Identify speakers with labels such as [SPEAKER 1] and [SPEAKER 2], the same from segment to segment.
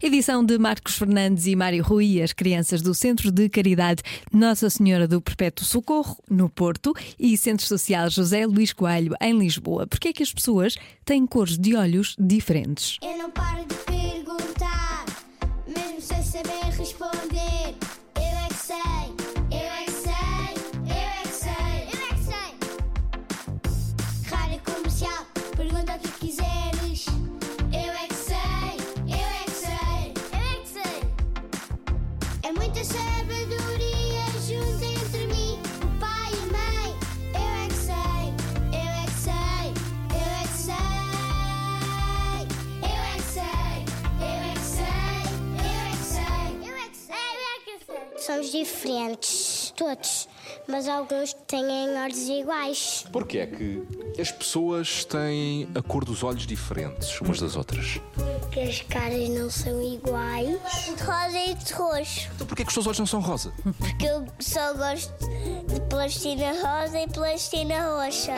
[SPEAKER 1] Edição de Marcos Fernandes e Mário Rui, as crianças do Centro de Caridade Nossa Senhora do Perpétuo Socorro, no Porto, e Centro Social José Luís Coelho, em Lisboa. Porquê é que as pessoas têm cores de olhos diferentes?
[SPEAKER 2] Eu não paro de perguntar, mesmo sem saber responder. Eu é que sei, eu é que sei, eu é que sei, eu é que sei. Rádio comercial, pergunta o que quiseres. Eu é que sei, eu é que sei, eu é que sei. É muita sabedoria junto entre mim, o pai e a mãe. Eu é que sei, eu é que sei, eu é que sei. Eu é que sei, eu é que sei, eu é que sei. Eu é que sei, eu é que sei. Somos diferentes, todos, mas alguns têm olhos iguais.
[SPEAKER 3] Porquê é que as pessoas têm a cor dos olhos diferentes umas das outras?
[SPEAKER 2] Porque as caras não são iguais. De rosa e de roxo.
[SPEAKER 3] Então porquê é que os teus olhos não são rosa?
[SPEAKER 2] Porque eu só gosto de plastina rosa e plastina roxa.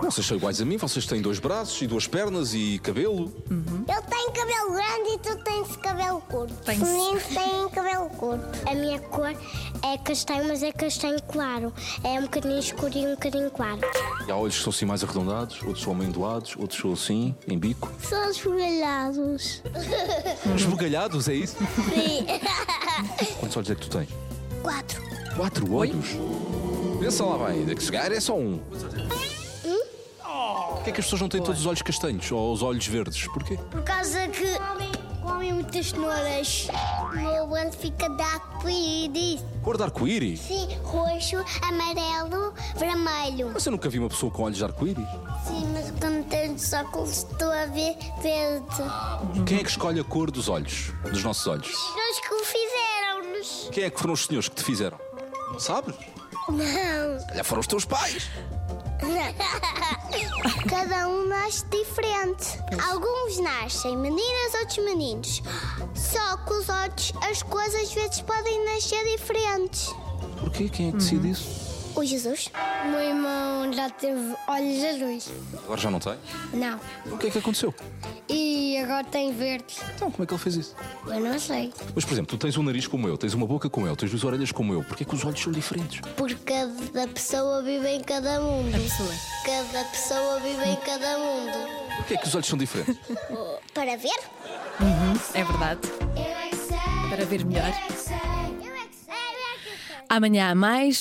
[SPEAKER 3] Vocês são iguais a mim, vocês têm dois braços e duas pernas e cabelo.
[SPEAKER 2] Eu tenho cabelo grande e tu tens cabelo curto.
[SPEAKER 1] Tenho.
[SPEAKER 2] Os meninos têm cabelo curto. A minha cor é castanho, mas é castanho claro. É um bocadinho escuro e um bocadinho claro.
[SPEAKER 3] E há olhos que são assim mais arredondados, outros são amendoados, outros são assim, em bico.
[SPEAKER 2] São esfolhados.
[SPEAKER 3] Esbugalhados, é isso?
[SPEAKER 2] Sim.
[SPEAKER 3] Quantos olhos é que tu tens?
[SPEAKER 2] Quatro.
[SPEAKER 3] Quatro olhos? Pensa lá bem, ainda que chegar é só um. Porquê é que as pessoas não têm todos os olhos castanhos ou os olhos verdes? Porquê?
[SPEAKER 2] Por causa que comem muitas cenouras. O meu olho fica de arco-íris.
[SPEAKER 3] Cor de arco-íris?
[SPEAKER 2] Sim, roxo, amarelo, vermelho.
[SPEAKER 3] Mas eu nunca vi uma pessoa com olhos de arco-íris.
[SPEAKER 2] Sim, mas quando tenho os óculos estou a ver verde.
[SPEAKER 3] Quem é que escolhe a cor dos olhos? Dos nossos olhos?
[SPEAKER 2] Nós que o fizeram-nos.
[SPEAKER 3] Quem é que foram os senhores que te fizeram? Não sabes?
[SPEAKER 2] Não.
[SPEAKER 3] Olha, foram os teus pais.
[SPEAKER 2] Cada um nasce diferente. Alguns nascem meninas, outros meninos. Só que os olhos, as coisas às vezes podem nascer diferentes.
[SPEAKER 3] Porquê? Quem é que decide isso?
[SPEAKER 2] O Jesus? O meu irmão já teve olhos azuis.
[SPEAKER 3] Agora já não tem.
[SPEAKER 2] Não.
[SPEAKER 3] O que é que aconteceu?
[SPEAKER 2] E agora tem verde.
[SPEAKER 3] Então, como é que ele fez isso?
[SPEAKER 2] Eu não sei.
[SPEAKER 3] Mas, por exemplo, tu tens um nariz como eu, tens uma boca como eu, tens duas orelhas como eu. Porquê é que os olhos são diferentes?
[SPEAKER 2] Porque cada pessoa vive em cada mundo. Cada pessoa vive em cada mundo.
[SPEAKER 3] Porquê é que os olhos são diferentes?
[SPEAKER 2] Para ver?
[SPEAKER 1] É verdade.
[SPEAKER 2] Eu é que sei.
[SPEAKER 1] Para ver melhor.
[SPEAKER 2] Eu é que sei. Eu é que sei. Eu é que sei.
[SPEAKER 1] Amanhã há mais.